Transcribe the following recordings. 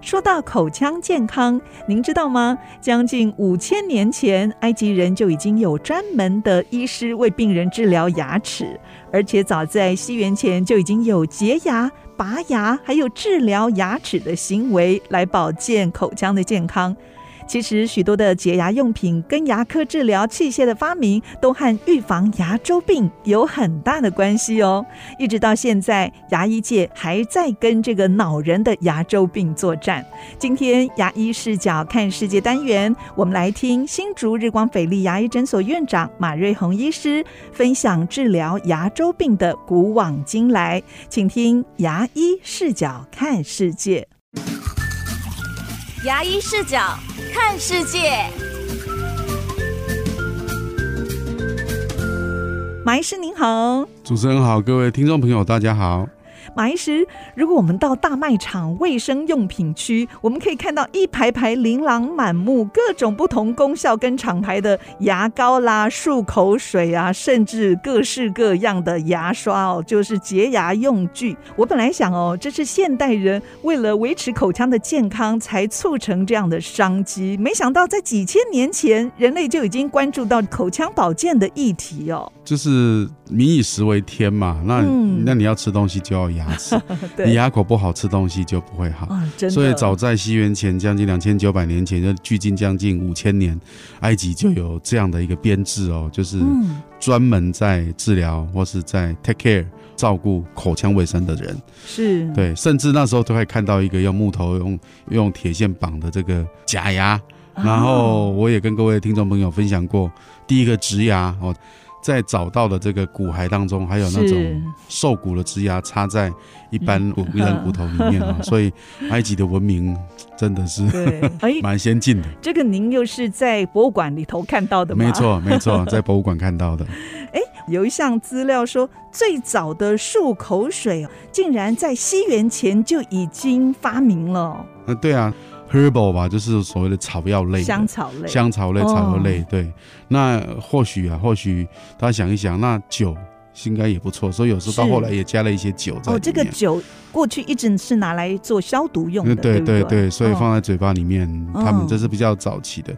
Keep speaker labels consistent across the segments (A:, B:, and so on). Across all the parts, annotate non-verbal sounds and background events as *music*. A: 说到口腔健康，您知道吗？将近五千年前，埃及人就已经有专门的医师为病人治疗牙齿，而且早在西元前就已经有洁牙、拔牙，还有治疗牙齿的行为来保健口腔的健康。其实，许多的洁牙用品跟牙科治疗器械的发明，都和预防牙周病有很大的关系哦。一直到现在，牙医界还在跟这个恼人的牙周病作战。今天牙医视角看世界单元，我们来听新竹日光斐丽牙医诊所院长马瑞红医师分享治疗牙周病的古往今来，请听牙医视角看世界。
B: 牙医视角看世界，
A: 马医师您好。
C: 主持人好，各位听众朋友，大家好。
A: 马医师，如果我们到大卖场卫生用品区，我们可以看到一排排琳琅满目、各种不同功效跟厂牌的牙膏啦、漱口水啊，甚至各式各样的牙刷哦，就是洁牙用具。我本来想哦，这是现代人为了维持口腔的健康才促成这样的商机，没想到在几千年前，人类就已经关注到口腔保健的议题哦。
C: 就是民以食为天嘛，那、
A: 嗯
C: 那你要吃东西就要牙齿，你
A: *laughs* 对，
C: 牙口不好，吃东西就不会好。
A: 啊，真的，
C: 所以早在西元前将近两千九百年前，就距今将近五千年，埃及就有这样的一个编制哦，就是
A: 嗯
C: 专门在治疗或是在 take care 照顾口腔卫生的人。 *laughs*
A: 是，
C: 对，甚至那时候都会看到一个用木头、用用铁线绑的这个假牙。
A: 啊，
C: 然后我也跟各位听众朋友分享过，第一个植牙哦，在找到的这个骨骸当中，还有那
A: 是嗯
C: 种兽骨的植牙插在一般骨
A: *laughs*
C: 人骨头里面啊，所以埃及的文明真的是
A: 对，哎，
C: 蛮先进的。
A: 这个您又是在博物馆里头看到的吗？
C: 没，错，没错，在博物馆看到的。
A: 有一项资料说，最早的漱口水哦竟然在西元前就已经发明了，哦
C: 那对啊，herbal 吧，就是所谓的草药类的
A: 香草类。
C: 香草类、
A: 哦
C: 草药类，对。那或许啊，或许大家想一想，那酒应该也不错，所以有时候到
A: 是
C: 后来也加了一些酒在里面。
A: 哦，这个酒过去一直是拿来做消毒用的，
C: 嗯对
A: 不对
C: 对
A: 哦
C: 对，所以放在嘴巴里面，他
A: 嗯
C: 们这是比较早期
A: 哦
C: 的。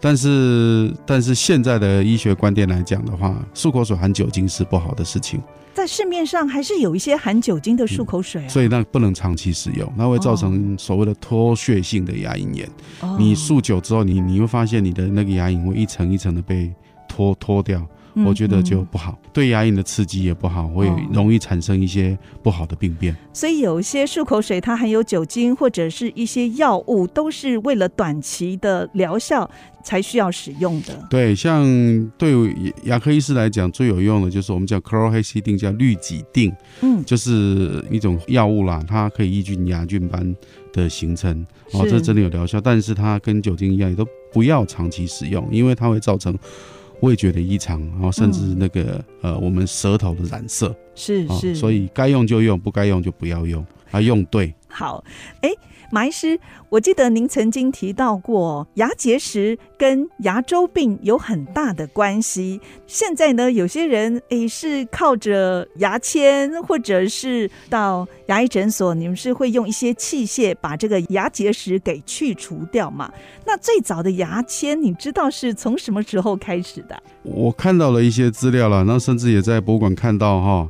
C: 但是但是现在的医学观点来讲的话，漱口水含酒精是不好的事情，
A: 在市面上还是有一些含酒精的漱口水啊。
C: 所以那不能长期使用，那会造成所谓的脱屑性的牙龈炎。
A: 哦
C: 你漱久之后，你你会发现你的那个牙龈会一层一层的被脱脱掉。
A: 嗯
C: 我觉得就
A: 嗯
C: 不好，对牙龈的刺激也不好，会
A: 哦
C: 容易产生一些不好的病变。
A: 所以有一些漱口水它含有酒精或者是一些药物，都是为了短期的疗效才需要使用的。
C: 对，像对于牙科医师来讲，最有用的就是我们讲 chlorhexidine 叫氯己定，
A: 嗯，
C: 就是一种药物啦，它可以抑菌牙菌斑的形成哦，
A: 是
C: 这真的有疗效，但是它跟酒精一样，也都不要长期使用，因为它会造成味觉的异常，然、
A: 嗯
C: 后甚至那个、呃我们舌头的染色
A: 是
C: 哦
A: 是，，
C: 所以该用就用，不该用就不要用，啊，用对。
A: 好，哎，马医师，我记得您曾经提到过哦牙结石跟牙周病有很大的关系。现在呢，有些人诶是靠着牙签，或者是到牙医诊所，你们是会用一些器械把这个牙结石给去除掉嘛？那最早的牙签，你知道是从什么时候开始的？
C: 我看到了一些资料了，那甚至也在博物馆看到哈，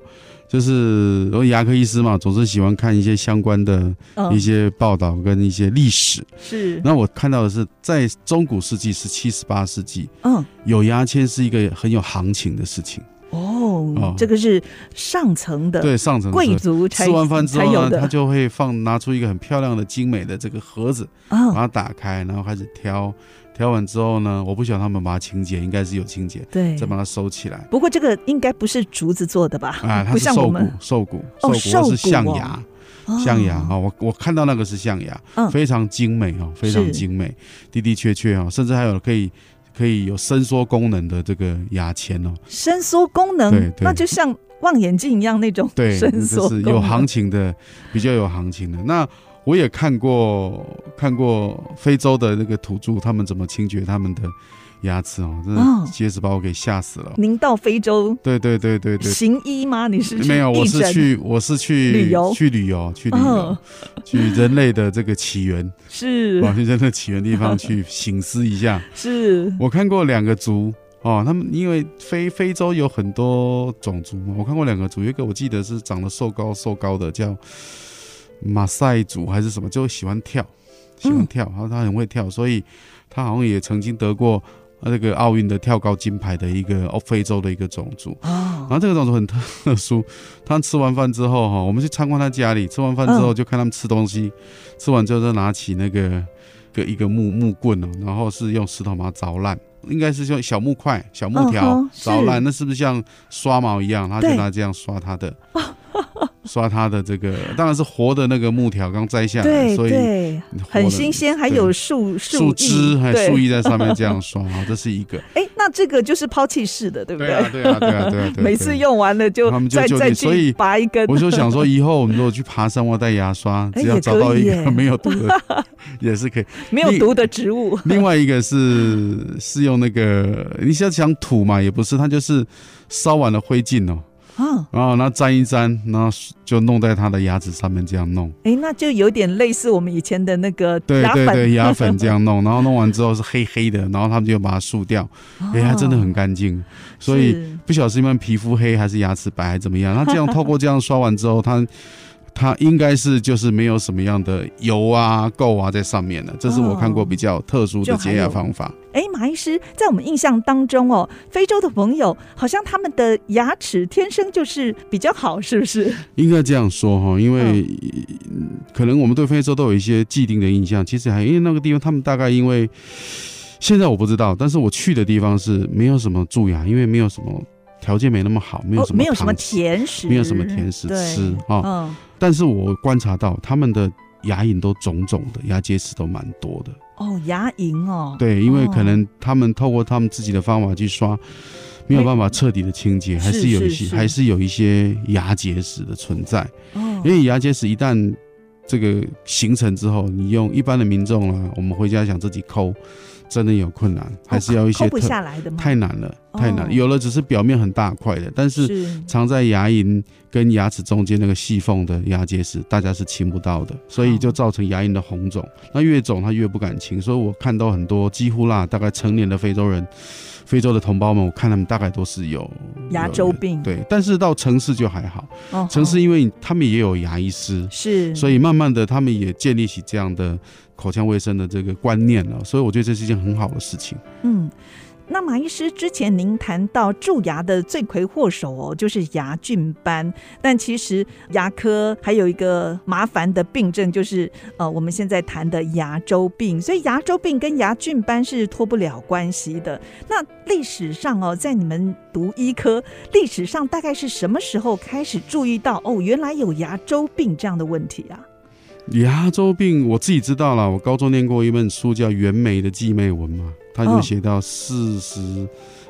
C: 就是我牙科医师嘛，总是喜欢看一些相关的一
A: 嗯，
C: 些报道跟一些历史。
A: 是，
C: 那我看到的是，在中古世纪十七、十八世纪，
A: 嗯，
C: 有牙签是一个很有行情的事情，
A: 哦，
C: 哦
A: 这个是上层的
C: 对上层的
A: 贵
C: 时候。
A: 族才
C: 吃完饭之
A: 才
C: 后
A: 有
C: 呢，他
A: 的，
C: 就会放拿出一个很漂亮的、精美的这个盒子，把
A: 啊，
C: 它打开，然后开始挑。挑完之后呢，我不晓得他们把它清洁，应该是有清洁，
A: 对，
C: 再把它收起来。
A: 不过这个应该不是竹子做的吧？
C: 啊，它
A: 不
C: 是
A: 像
C: 兽
A: 我
C: 骨
A: 们，
C: 兽骨，
A: 哦
C: 兽骨或是
A: 兽
C: 象
A: 骨哦
C: 牙，象牙啊、
A: 哦，
C: 我我看到那个是象牙，
A: 嗯
C: 非常精美哦，非常
A: 是
C: 精美，的的确确哦，甚至还有可以可以有伸缩功能的这个牙签哦，
A: 伸缩功
C: 对
A: 能，
C: 对
A: 那就像望远镜一样那种
C: 对，
A: 伸缩功
C: 这是
A: 能，
C: 有行情的，比较有行情的。那我也看过看过非洲的那个土著，他们怎么清洁他们的牙齿哦，真
A: 哦
C: 的结石把我给吓死了。
A: 您到非洲
C: 对对对对对。
A: 行医吗？你是去
C: 没有，我
A: 义
C: 是
A: 诊
C: 去，我是去
A: 旅游
C: 去旅游，去旅游
A: 哦，
C: 去人类的这个起源，
A: 是
C: 往人类的起源地方去醒思一下。
A: 是
C: 我看过两个族哦，他们因为非非洲有很多种族嘛，我看过两个族，有一个我记得是长得瘦高瘦高的叫马赛族还是什么，就喜欢跳，喜欢
A: 嗯
C: 跳，然后他很会跳，所以他好像也曾经得过呃那个奥运的跳高金牌的一个哦非洲的一个种族。然
A: 哦，
C: 后这个种族很特殊，他吃完饭之后哈，我们去参观他家里，吃完饭之
A: 嗯
C: 后就看他们吃东西，吃完之后就拿起那个个一个木木棍哦，然后是用石头把它凿烂，应该是用小木块、小木条
A: 嗯哼是
C: 凿烂，那是不是像刷毛一样？他就
A: 对
C: 拿这样刷他的，刷他的这个，当然是活的那个木条刚摘下来，
A: 对
C: 所以
A: 对，
C: 活
A: 很
C: 的
A: 新鲜，还
C: 对
A: 有树
C: 树
A: 树
C: 枝
A: 叶
C: 还
A: 对
C: 有树叶在上面这样刷， *laughs* 好这是一个，
A: 哎，那这个就是抛弃式的，对不
C: 对啊对啊对啊对啊，对啊
A: 每次用完了就
C: 他们就
A: 再
C: 就
A: 再
C: 地所
A: 去
C: 以
A: 拔一根，
C: 我就想说，以后我们如果去爬山，我带牙刷，
A: 哎
C: 只要
A: 也
C: 找
A: 可
C: 到
A: 以
C: 一
A: 耶
C: 个没有毒的， *laughs* 也是可以。
A: *laughs* 没有
C: 另
A: 毒的植 *laughs* 物，
C: 另外一个是是用那个，你是要想土嘛，也不是，它就是烧完了灰烬哦，
A: 啊，
C: 然后然后沾一沾，然后就弄在他的牙齿上面这样弄。
A: 哎，那就有点类似我们以前的那个
C: 对
A: 牙
C: 对
A: 粉，
C: 对，牙粉这样弄，然后弄完之后是黑黑的，然后他们就把它漱掉。哎，它真的很干净，所以
A: 是
C: 不晓得是因为皮肤黑还是牙齿白还是怎么样，它这样透过这样刷完之后，它 *laughs* 它应该是就是没有什么样的油啊、垢啊在上面了。这是我
A: 哦
C: 看过比较特殊的洁牙方法。
A: 哎，马医师，在我们印象当中哦，非洲的朋友好像他们的牙齿天生就是比较好，是不是？
C: 应该这样说哈，因为、
A: 嗯
C: 可能我们对非洲都有一些既定的印象，其实还因为那个地方他们大概因为现在我不知道，但是我去的地方是没有什么蛀牙，因为没有什么条件没那么好，没有什
A: 哦
C: 么、
A: 没有什么。甜食，
C: 没有什么甜食
A: 对
C: 吃哦
A: 嗯，
C: 但是我观察到他们的牙龈都肿肿的，牙结石都蛮多的。
A: 哦，牙龈哦，
C: 对，因为
A: 哦
C: 可能他们透过他们自己的方法去刷，没有
A: 哎
C: 办法彻底的清洁，还
A: 是
C: 是有一
A: 是
C: 些
A: 是
C: 还是有一些牙结石的存在。
A: 哦
C: 因为牙结石一旦这个形成之后，你用一般的民众啊，我们回家想自己抠，真的有困难，还是要一些
A: 哦抠不
C: 特
A: 下来的吗？
C: 太难了，太难
A: 哦
C: 了。有了只是表面很大块的，但是
A: 是
C: 藏在牙龈跟牙齿中间那个细缝的牙结石，大家是清不到的，所以
A: 哦
C: 就造成牙龈的红肿。那越肿它越不敢清，所以我看到很多几乎啦，大概成年的非洲人、非洲的同胞们，我看他们大概都是有
A: 牙周病，
C: 对，但是到城市就还好，
A: 嗯哦，
C: 城市因为他们也有牙医师。
A: 是，
C: 所
A: 以
C: 以慢慢的，他们也建立起这样的口腔卫生的这个观念了，所以我觉得这是一件很好的事情。
A: 嗯。那马医师之前您谈到蛀牙的罪魁祸首哦，就是牙菌斑。但其实牙科还有一个麻烦的病症，就是呃我们现在谈的牙周病。所以牙周病跟牙菌斑是脱不了关系的。那历史上哦，在你们读医科，历史上大概是什么时候开始注意到哦，原来有牙周病这样的问题啊？
C: 牙周病我自己知道了，我高中念过一本书叫《袁枚的寄妹文》嘛，他有
A: 哦
C: 写到四十、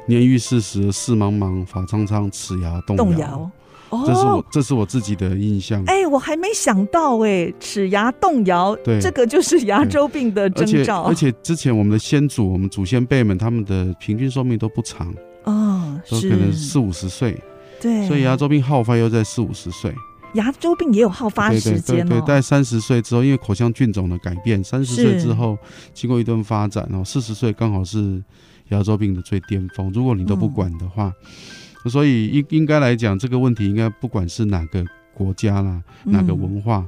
C: 年逾四十，视茫茫，发苍苍，齿牙动摇。
A: 动摇。哦，
C: 这是我这是我自己的印象。
A: 哎、我还没想到哎、齿牙动摇，
C: 对
A: 这个就是牙周病的
C: 而
A: 征
C: 且
A: 兆。
C: 而且之前我们的先祖，我们祖先辈们，他们的平均寿命都不长，
A: 哦，
C: 都可能四五十岁，
A: 对，
C: 所以牙周病好发又在四五十岁。
A: 牙周病也有好发
C: 对
A: 时
C: 对
A: 间
C: 对
A: 哦。
C: 对，在三十岁之后，因为口腔菌种的改变，三十岁
A: 是
C: 之后经过一顿发展，然后四十岁刚好是牙周病的最巅峰。如果你都不
A: 嗯
C: 管的话，所以应应该来讲，这个问题应该不管是哪个国家啦，哪个
A: 嗯
C: 文化，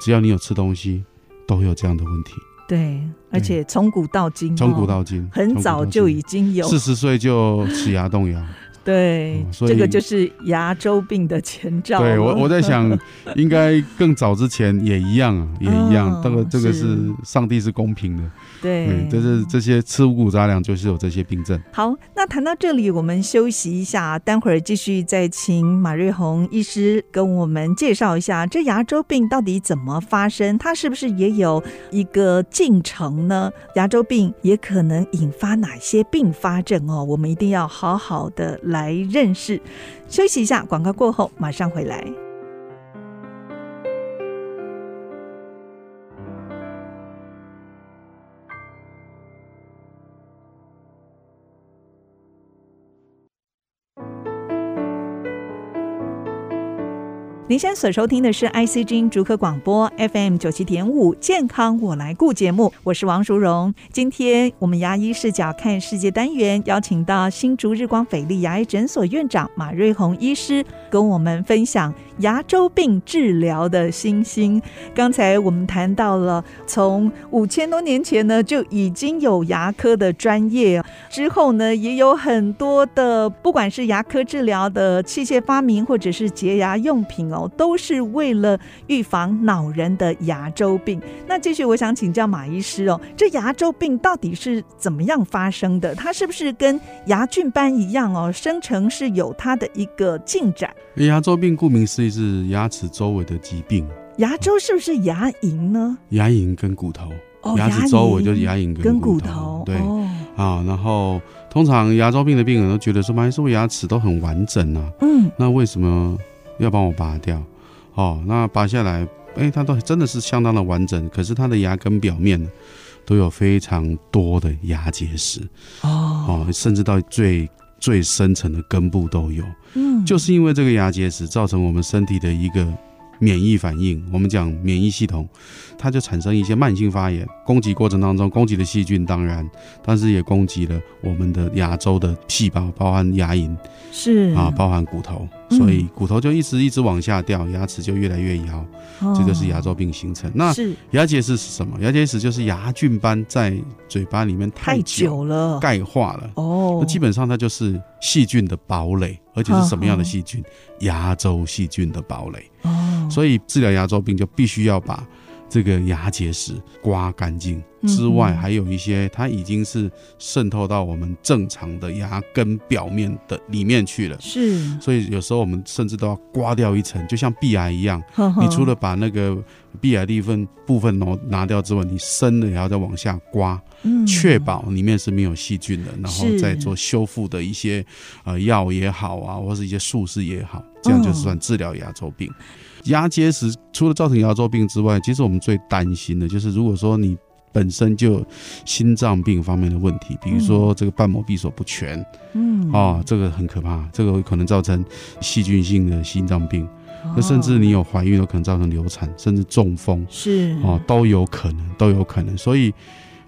C: 只要你有吃东西，都有这样的问题，
A: 对，而且从古到今、哦，
C: 从古到今，
A: 很早就已经有
C: 四十岁就齿
A: *laughs*
C: 牙动摇。
A: 对、
C: 嗯所以
A: 这个就是牙周病的前兆了。
C: 对我我
A: *laughs*
C: 在想，应该更早之前也一样啊，也一样。
A: 嗯
C: 这个这个
A: 是
C: 是上帝是公平的。
A: 对
C: 嗯，，这是这些吃五谷杂粮就是有这些病症。
A: 好，那谈到这里，我们休息一下，待会儿继续再请马瑞红医师跟我们介绍一下这牙周病到底怎么发生，它是不是也有一个进程呢？牙周病也可能引发哪些并发症哦？我们一定要好好的来认识。休息一下，广告过后马上回来。您现在所收听的是 IC 之音逐客广播 FM 九七点五《健康我来顾》节目，我是王淑荣。今天我们牙医视角看世界单元，邀请到新竹日光斐丽牙医诊所院长马瑞红医师，跟我们分享牙周病治疗的新兴。刚才我们谈到了，从五千多年前呢就已经有牙科的专业，哦之后呢也有很多的，不管是牙科治疗的器械发明，或者是洁牙用品哦。都是为了预防恼人的牙周病。那继续，我想请教马医师哦，这牙周病到底是怎么样发生的？它是不是跟牙菌斑一样哦，生成是有它的一个进展？
C: 牙周病顾名思义是牙齿周围的疾病，
A: 牙周是不是牙龈呢？
C: 牙龈跟骨头，
A: 哦
C: 牙齿周围就是牙龈
A: 跟
C: 跟
A: 骨
C: 骨
A: 头
C: 头，对
A: 哦、
C: 啊。然后通常牙周病的病人都觉得说，妈，是我牙齿都很完整啊，
A: 嗯，
C: 那为什么要帮我拔掉？哦，那拔下来，哎，它都真的是相当的完整，可是它的牙根表面呢，都有非常多的牙结石
A: 哦，
C: 哦，甚至到最最深层的根部都有。
A: 嗯，
C: 就是因为这个牙结石造成我们身体的一个免疫反应，我们讲免疫系统，它就产生一些慢性发炎。攻击过程当中，攻击的细菌当然，但是也攻击了我们的牙周的细胞，包含牙龈
A: 是
C: 啊，包含骨头，所
A: 嗯
C: 以骨头就一直一直往下掉，牙齿就越来越摇，这就是牙周病形成。那
A: 哦是
C: 牙结石是什么？牙结石就是牙菌斑在嘴巴里面
A: 太
C: 太久
A: 久了，
C: 钙化了。
A: 哦
C: 那，基本上它就是细菌的堡垒，而且是什么
A: 嗯
C: 样的细菌？牙周细菌的堡垒。
A: 哦，
C: 所以治疗牙周病就必须要把这个牙结石刮干净，之外
A: 嗯嗯
C: 还有一些它已经是渗透到我们正常的牙根表面的里面去了。
A: 是，
C: 所以有时候我们甚至都要刮掉一层，就像壁癌一样，
A: 呵呵
C: 你除了把那个壁癌的一份部分哦拿掉之外，你深的也要再往下刮，
A: 嗯
C: 确保里面是没有细菌的，然后
A: 是
C: 再做修复的一些呃药也好啊，或是一些术式也好，这样就
A: 嗯
C: 算治疗牙周病。牙结石除了造成牙周病之外，其实我们最担心的就是，如果说你本身就有心脏病方面的问题，比如说这个瓣膜闭锁不全啊、
A: 嗯
C: 哦，这个很可怕，这个可能造成细菌性的心脏病，那甚至你
A: 哦
C: 有怀孕都可能造成流产，甚至中风。
A: 是
C: 哦，都有可能，都有可能。所以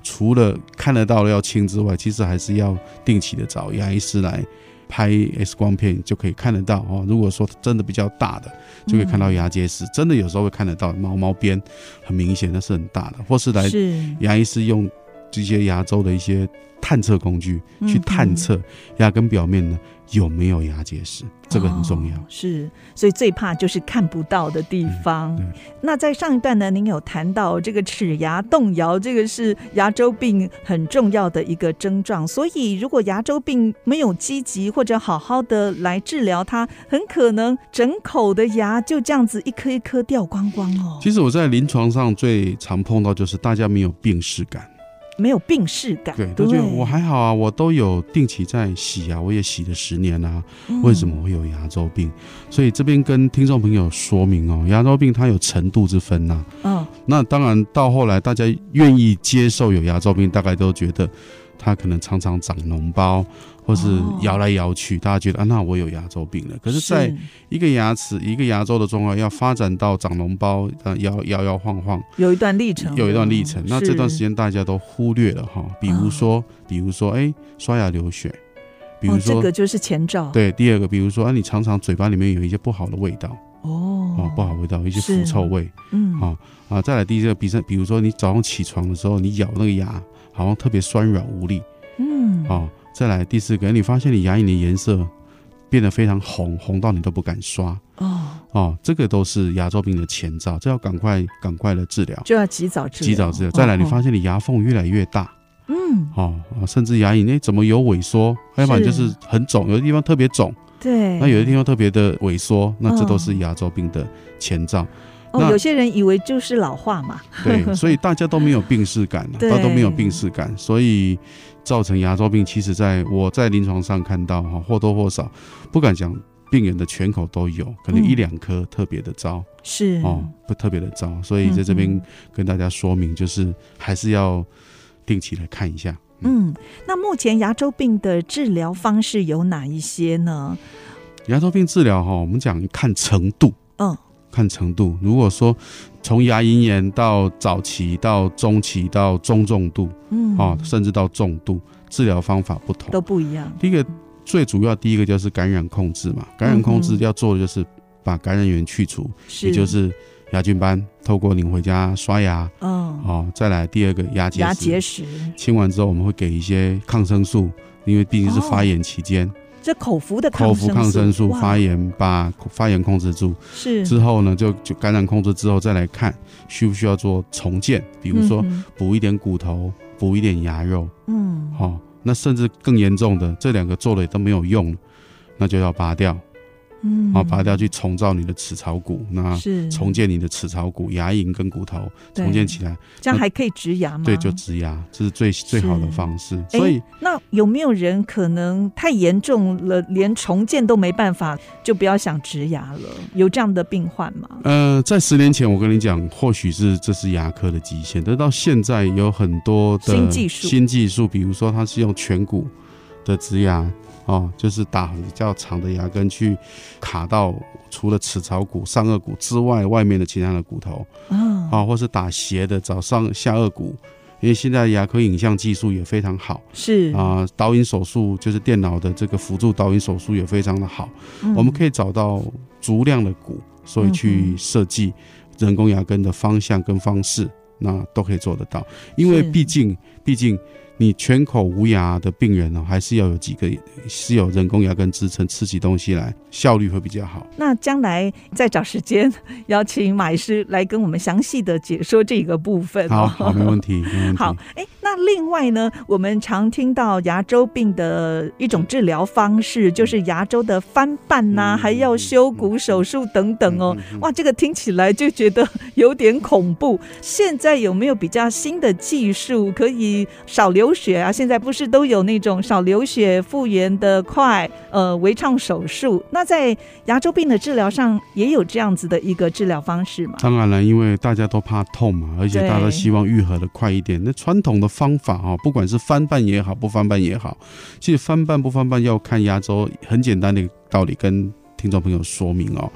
C: 除了看得到的要清之外，其实还是要定期的找牙医师来拍 X 光片，就可以看得到哦。如果说真的比较大的，就可以看
A: 嗯
C: 到牙结石，真的有时候会看得到毛毛边很明显，那是很大的，或是来
A: 是
C: 牙医师用这些牙周的一些探测工具去
A: 嗯
C: 探
A: 嗯
C: 测牙根表面呢有没有牙结石，这个很重要
A: 哦。是，所以最怕就是看不到的地方。
C: 嗯
A: 那在上一段呢，您有谈到这个齿牙动摇，这个是牙周病很重要的一个症状。所以，如果牙周病没有积极或者好好的来治疗它，很可能整口的牙就这样子一颗一颗掉光光哦，
C: 其实我在临床上最常碰到就是大家没有病视感。
A: 没有病视感。
C: 对，都觉得我还好啊，我都有定期在洗啊牙，我也洗了十年啊，为什么会有牙周病？所以这边跟听众朋友说明哦，牙周病它有程度之分呐、
A: 嗯？嗯，
C: 那当然到后来大家愿意接受有牙周病，大概都觉得它可能常常长脓包，或是
A: 哦
C: 摇来摇去，大家觉得啊，那我有牙周病了。可是，在一个牙齿一个牙周的状况要发展到长脓包，呃，摇摇摇晃晃。
A: 有一段历程，
C: 有一段历程。那这段时
A: 间，
C: 间大家都忽略了哈，比
A: 嗯
C: 如说，比如说，哎、刷牙流血，比如
A: 哦，
C: 说，
A: 这个就是前兆。
C: 对，第二个，比如说，啊，你常常嘴巴里面有一些不好的味道
A: 哦
C: 啊、，不好，的味道，一些
A: 是
C: 腐臭味
A: 嗯，
C: 啊啊。再来第一个，比如比如说你早上起床的时候，你咬那个牙好像特别酸软无力
A: 嗯，
C: 啊。再来第四个，你发现你牙龈的颜色变得非常红，红到你都不敢刷。
A: 哦，
C: 哦，这个都是牙周病的前兆，这要赶快赶快的治疗，
A: 就要及早治疗，
C: 及早治疗。再来，你
A: 哦
C: 发现你牙缝越来越大，
A: 嗯，
C: 哦，啊甚至牙龈哎怎么有萎缩，要不然
A: 是
C: 就是很肿，有的地方特别肿，
A: 对，
C: 那有的地方特别的萎缩，那这都是
A: 嗯 *laughs*
C: 牙周病的前兆。
A: 哦，
C: 那
A: 有些人以为就是老化嘛，
C: 对，所以大家都没有病视感了，
A: 对
C: 大家都没有病视感，所以造成牙周病，其实在我在临床上看到哈，或多或少，不敢讲病人的全口都有，可能
A: 嗯
C: 一两颗特别的糟、
A: 是
C: 哦，不特别的糟，所以在这边
A: 嗯
C: 跟大家说明，就是还是要定期来看一下。
A: 嗯，那目前牙周病的治疗方式有哪一些呢？
C: 牙周病治疗哈，我们讲看程度，
A: 嗯，
C: 看程度。如果说从牙龈炎到早期、到中期、到中重度
A: 嗯，
C: 啊、甚至到重度，治疗方法不同。
A: 都不一样。
C: 第一个最主要，第一个就是感染控制嘛。感染控制
A: 嗯哼
C: 要做的就是把感染源去除，
A: 是，
C: 也就是牙菌斑。透过您回家刷牙
A: 嗯，
C: 哦，再来第二个牙结石，
A: 牙结石，
C: 清完之后我们会给一些抗生素，因为毕竟是
A: 哦
C: 发炎期间，
A: 这口服的
C: 口服抗生素
A: 哇
C: 发炎，把发炎控制住。
A: 是
C: 之后呢，就就感染控制之后再来看需不需要做重建，比
A: 比
C: 如说补一点骨头，补一点牙肉，
A: 嗯哼，嗯
C: 哦，那甚至更严重的，这两个做了也都没有用，那就要拔掉，
A: 嗯
C: 啊，拔掉去重造你的齿槽骨，那
A: 是
C: 重建你的齿槽骨、牙龈跟骨头
A: 对
C: 重建起来，
A: 这样还可以植牙吗？
C: 嗯对，就植牙，这是最最好的
A: 是
C: 方式。
A: 诶
C: 所以
A: 那有没有人可能太严重了，连重建都没办法，就不要想植牙了？有这样的病患吗？
C: 呃，在十年前，我跟你讲，或许是这是牙科的极限，但到现在有很多的
A: 新技术
C: 新技术比如说它是用颧骨的植牙，哦，就是打比较长的牙根去卡到除了齿槽骨、上颚骨之外外面的其他的骨头，
A: 啊、
C: 啊、或是打斜的找上下颚骨。因为现在牙科影像技术也非常好
A: 是
C: 啊、导引手术就是电脑的这个辅助导引手术也非常的好，我们可
A: 以
C: 以找到足量的骨，所以
A: 嗯
C: 去设计人工牙根的方向跟方式，那都可以做得到。因为
A: 是
C: 毕竟，毕竟你全口无牙的病人哦呢，还是要有几个是有人工牙根支撑，吃起东西来效率会比较好。
A: 那将来再找时间邀请马医师来跟我们详细的解说这个部分、
C: 好
A: 哦。
C: 好，没问题，没问题。
A: *laughs* 好，哎，那另外呢，我们常听到牙周病的一种治疗方式，就是牙周的翻瓣呐、
C: 嗯
A: 还要修骨手术等等哦。
C: 嗯，嗯嗯
A: 哇，这个听起来就觉得有点恐怖。现在有没有比较新的技术可以少流血啊？现在不是都有那种少流血复原的快呃微创手术？那在牙周病的治疗上也有这样子的一个治疗方式吗？
C: 当然了，因为大家都怕痛嘛，而且
A: 对
C: 大家都希望愈合的快一点。那传统的方法哈、不管是翻瓣也好，不翻瓣也好，其实翻瓣不翻瓣要看牙周，很简单的一个道理跟听众朋友说明哦。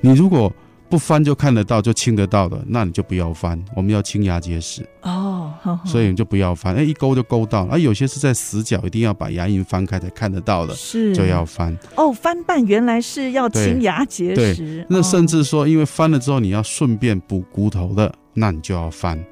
C: 你如果不翻就看得到，就清得到的，那你就不要翻。我们要清牙结石，
A: 哦，呵呵
C: 所以你就不要翻。哎，一勾就勾到了。而、有些是在死角，一定要把牙龈翻开才看得到的，
A: 是
C: 就要翻。
A: 哦，翻瓣原来是要清
C: 对
A: 牙结
C: 对
A: 石，
C: 那
A: 哦
C: 甚至说，因为翻了之后你要顺便补骨头的，那你就要翻。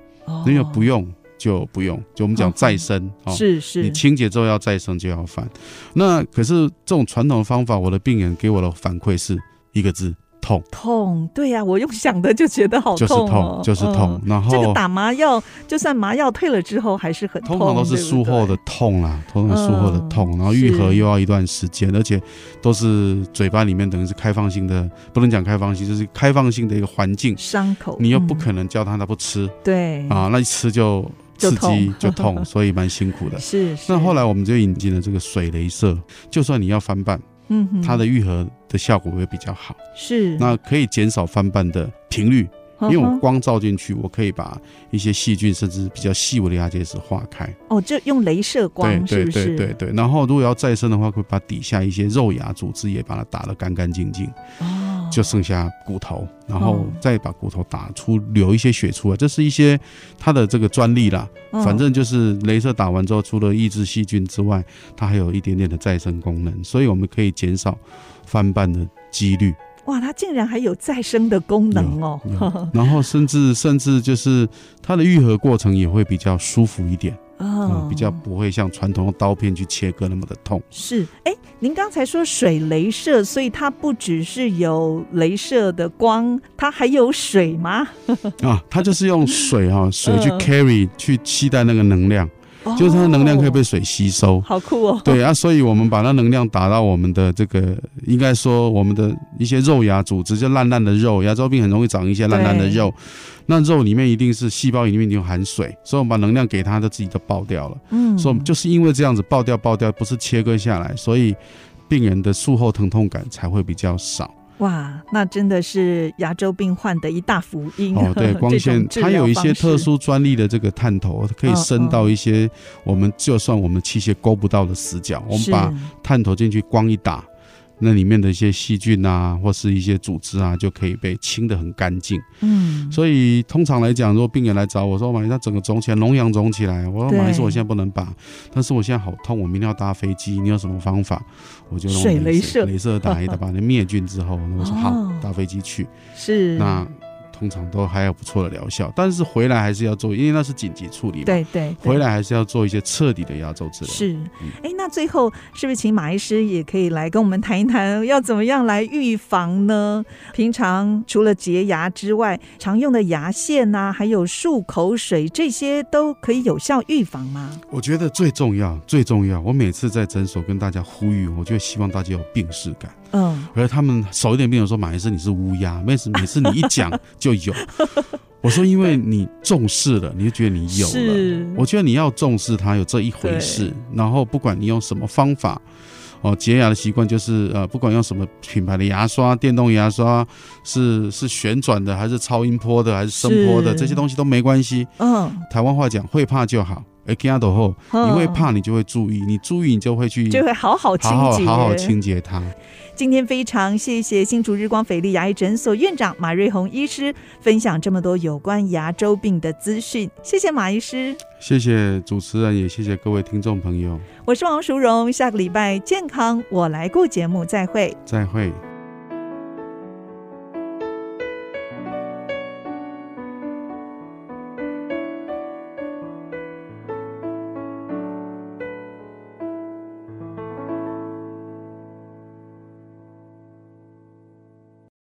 C: 因为不、用就不用，就我们讲
A: 哦
C: 再生
A: 哦
C: 哦。
A: 是是
C: 你清洁之后要再生就要翻，那可是这种传统的方法，我的病人给我的反馈是一个字痛，
A: 痛，对呀、我用想的就觉得好
C: 就是
A: 痛、
C: 痛
A: 哦，，
C: 就是
A: 嗯
C: 痛。然
A: 这个
C: 后
A: 打麻药，就算麻药退了之后，还是很痛，
C: 通常都是
A: 对不
C: 术后
A: 对
C: 的痛啦，通常术后的痛，
A: 嗯
C: 然后愈合
A: 是
C: 又要一段时间，而且都是嘴巴里面等于是开放性的，不能讲开放性，就是开放性的一个环境，
A: 伤口，
C: 你又不可
A: 能、
C: 能叫他他不吃
A: 对
C: 啊，那一吃就
A: 就
C: 刺激
A: 痛
C: 就
A: *laughs*
C: 痛，所以蛮辛苦的。
A: 是是。
C: 那后来我们就引进了这个水雷射，就算你要翻瓣，
A: 嗯哼，
C: 它的愈合的效果会比较好，
A: 是
C: 那可以减少翻瓣的频率，因为我
A: 呵呵
C: 光照进去，我可以把一些细菌甚至比较细微的牙结石化开。
A: 哦，就用镭射光
C: 对，
A: 是
C: 对
A: 不是？
C: 对对对。然后如果要再生的话，会把底下一些肉芽组织也把它打得干干净净，
A: 哦，
C: 就剩下骨头，然后
A: 嗯
C: 再把骨头打出流一些血出来，这是一些它的这个专利啦。
A: 嗯
C: 反正就是镭射打完之后，除了抑制细菌之外，它还有一点点的再生功能，所以我们可以减少翻瓣的
A: *laughs*
C: 几率。
A: 哇，它竟然还有再生的功能哦，
C: 有
A: 呵呵
C: 然后甚至甚至就是它的愈合过程也会比较舒服一点，啊、
A: 哦
C: 比较不会像传统的刀片去切割那么的
A: *laughs*
C: 痛。
A: 是，哎，您刚才说水镭射，所以它不只是有镭射的光，它还有水吗？
C: 啊，它就是用水哈、水去
A: 嗯
C: carry 去期待那个能量，就是它的能量可以被水吸收。
A: 好酷 *laughs* 哦，
C: 对啊，所以我们把那能量打到我们的这个，应该说我们的一些肉芽组织，就烂烂的肉，牙周病很容易长一些烂烂的肉。那肉里面一定是细胞里面一定有含水，所以我们把能量给它，它自己都爆掉了。
A: 嗯，
C: 所以就是因为这样子爆掉爆掉，不是切割下来，所以病人的术后疼痛感才会比较少。
A: 哇，那真的是牙周病患的一大福音 *laughs*
C: 哦，对，光线它有一些特，殊专利的这个探头，它可以伸到一些我们就算我们器械勾不到的死角，
A: 这种
C: 我们
A: 治疗
C: 把
A: 方式是
C: 探头进去光一打，那里面的一些细菌啊，或是一些组织啊，就可以被清得很干净。
A: 嗯，
C: 所以通常来讲，如果病人来找我说：“马医生，整个肿起来，脓疡肿起来。”我说：“
A: 对
C: 马医生，我现在不能拔，但是我现在好痛，我明天要搭飞机，你有什么方法？”我就用
A: 水
C: 镭
A: 镭射
C: 镭射打一打，把那灭菌之后，我说：“好
A: 哦，
C: 搭飞机去。
A: 是
C: 那通常都还有不错的疗效，但是回来还是要做，因为那是紧急处理嘛。
A: 对对对
C: 回来还是要做一些彻底的嗯压轴治疗。
A: 是，哎，那最后是不是请马医师也可以来跟我们谈一谈，要怎么样来预防呢？平常除了洁牙之外，常用的牙线呐、还有漱口水这些都可以有效预防吗？
C: 我觉得最重要，最重要。我每次在诊所跟大家呼吁，我就希望大家有病视感。
A: 嗯，
C: 而他们少一点病人说马医生你是乌鸦，每次每次你一
A: *laughs*
C: 讲就有。我说因为你重视了，你就觉得你有
A: 是
C: 了。我觉得你要重视它有这一回事，然后不管你用什么方法。哦，洁牙的习惯就是呃，不管用什么品牌的牙刷，电动牙刷是是旋转的，还是超音波的，还是声波的，
A: 是
C: 这些东西都没关系。
A: 嗯，
C: 台湾话讲，会怕就好。哎，惊到后，你会怕，你就会注意，你注意，你就会去
A: 就会好好清
C: 好好
A: 洁，
C: 好好清洁它。
A: 今天非常谢谢新竹日光斐丽牙医诊所院长马瑞红医师分享这么多有关牙周病的资讯，谢谢马医师。
C: 谢谢主持人，也谢谢各位听众朋友，
A: 我是王淑荣，下个礼拜健康我来顾节目再会。
C: 再会。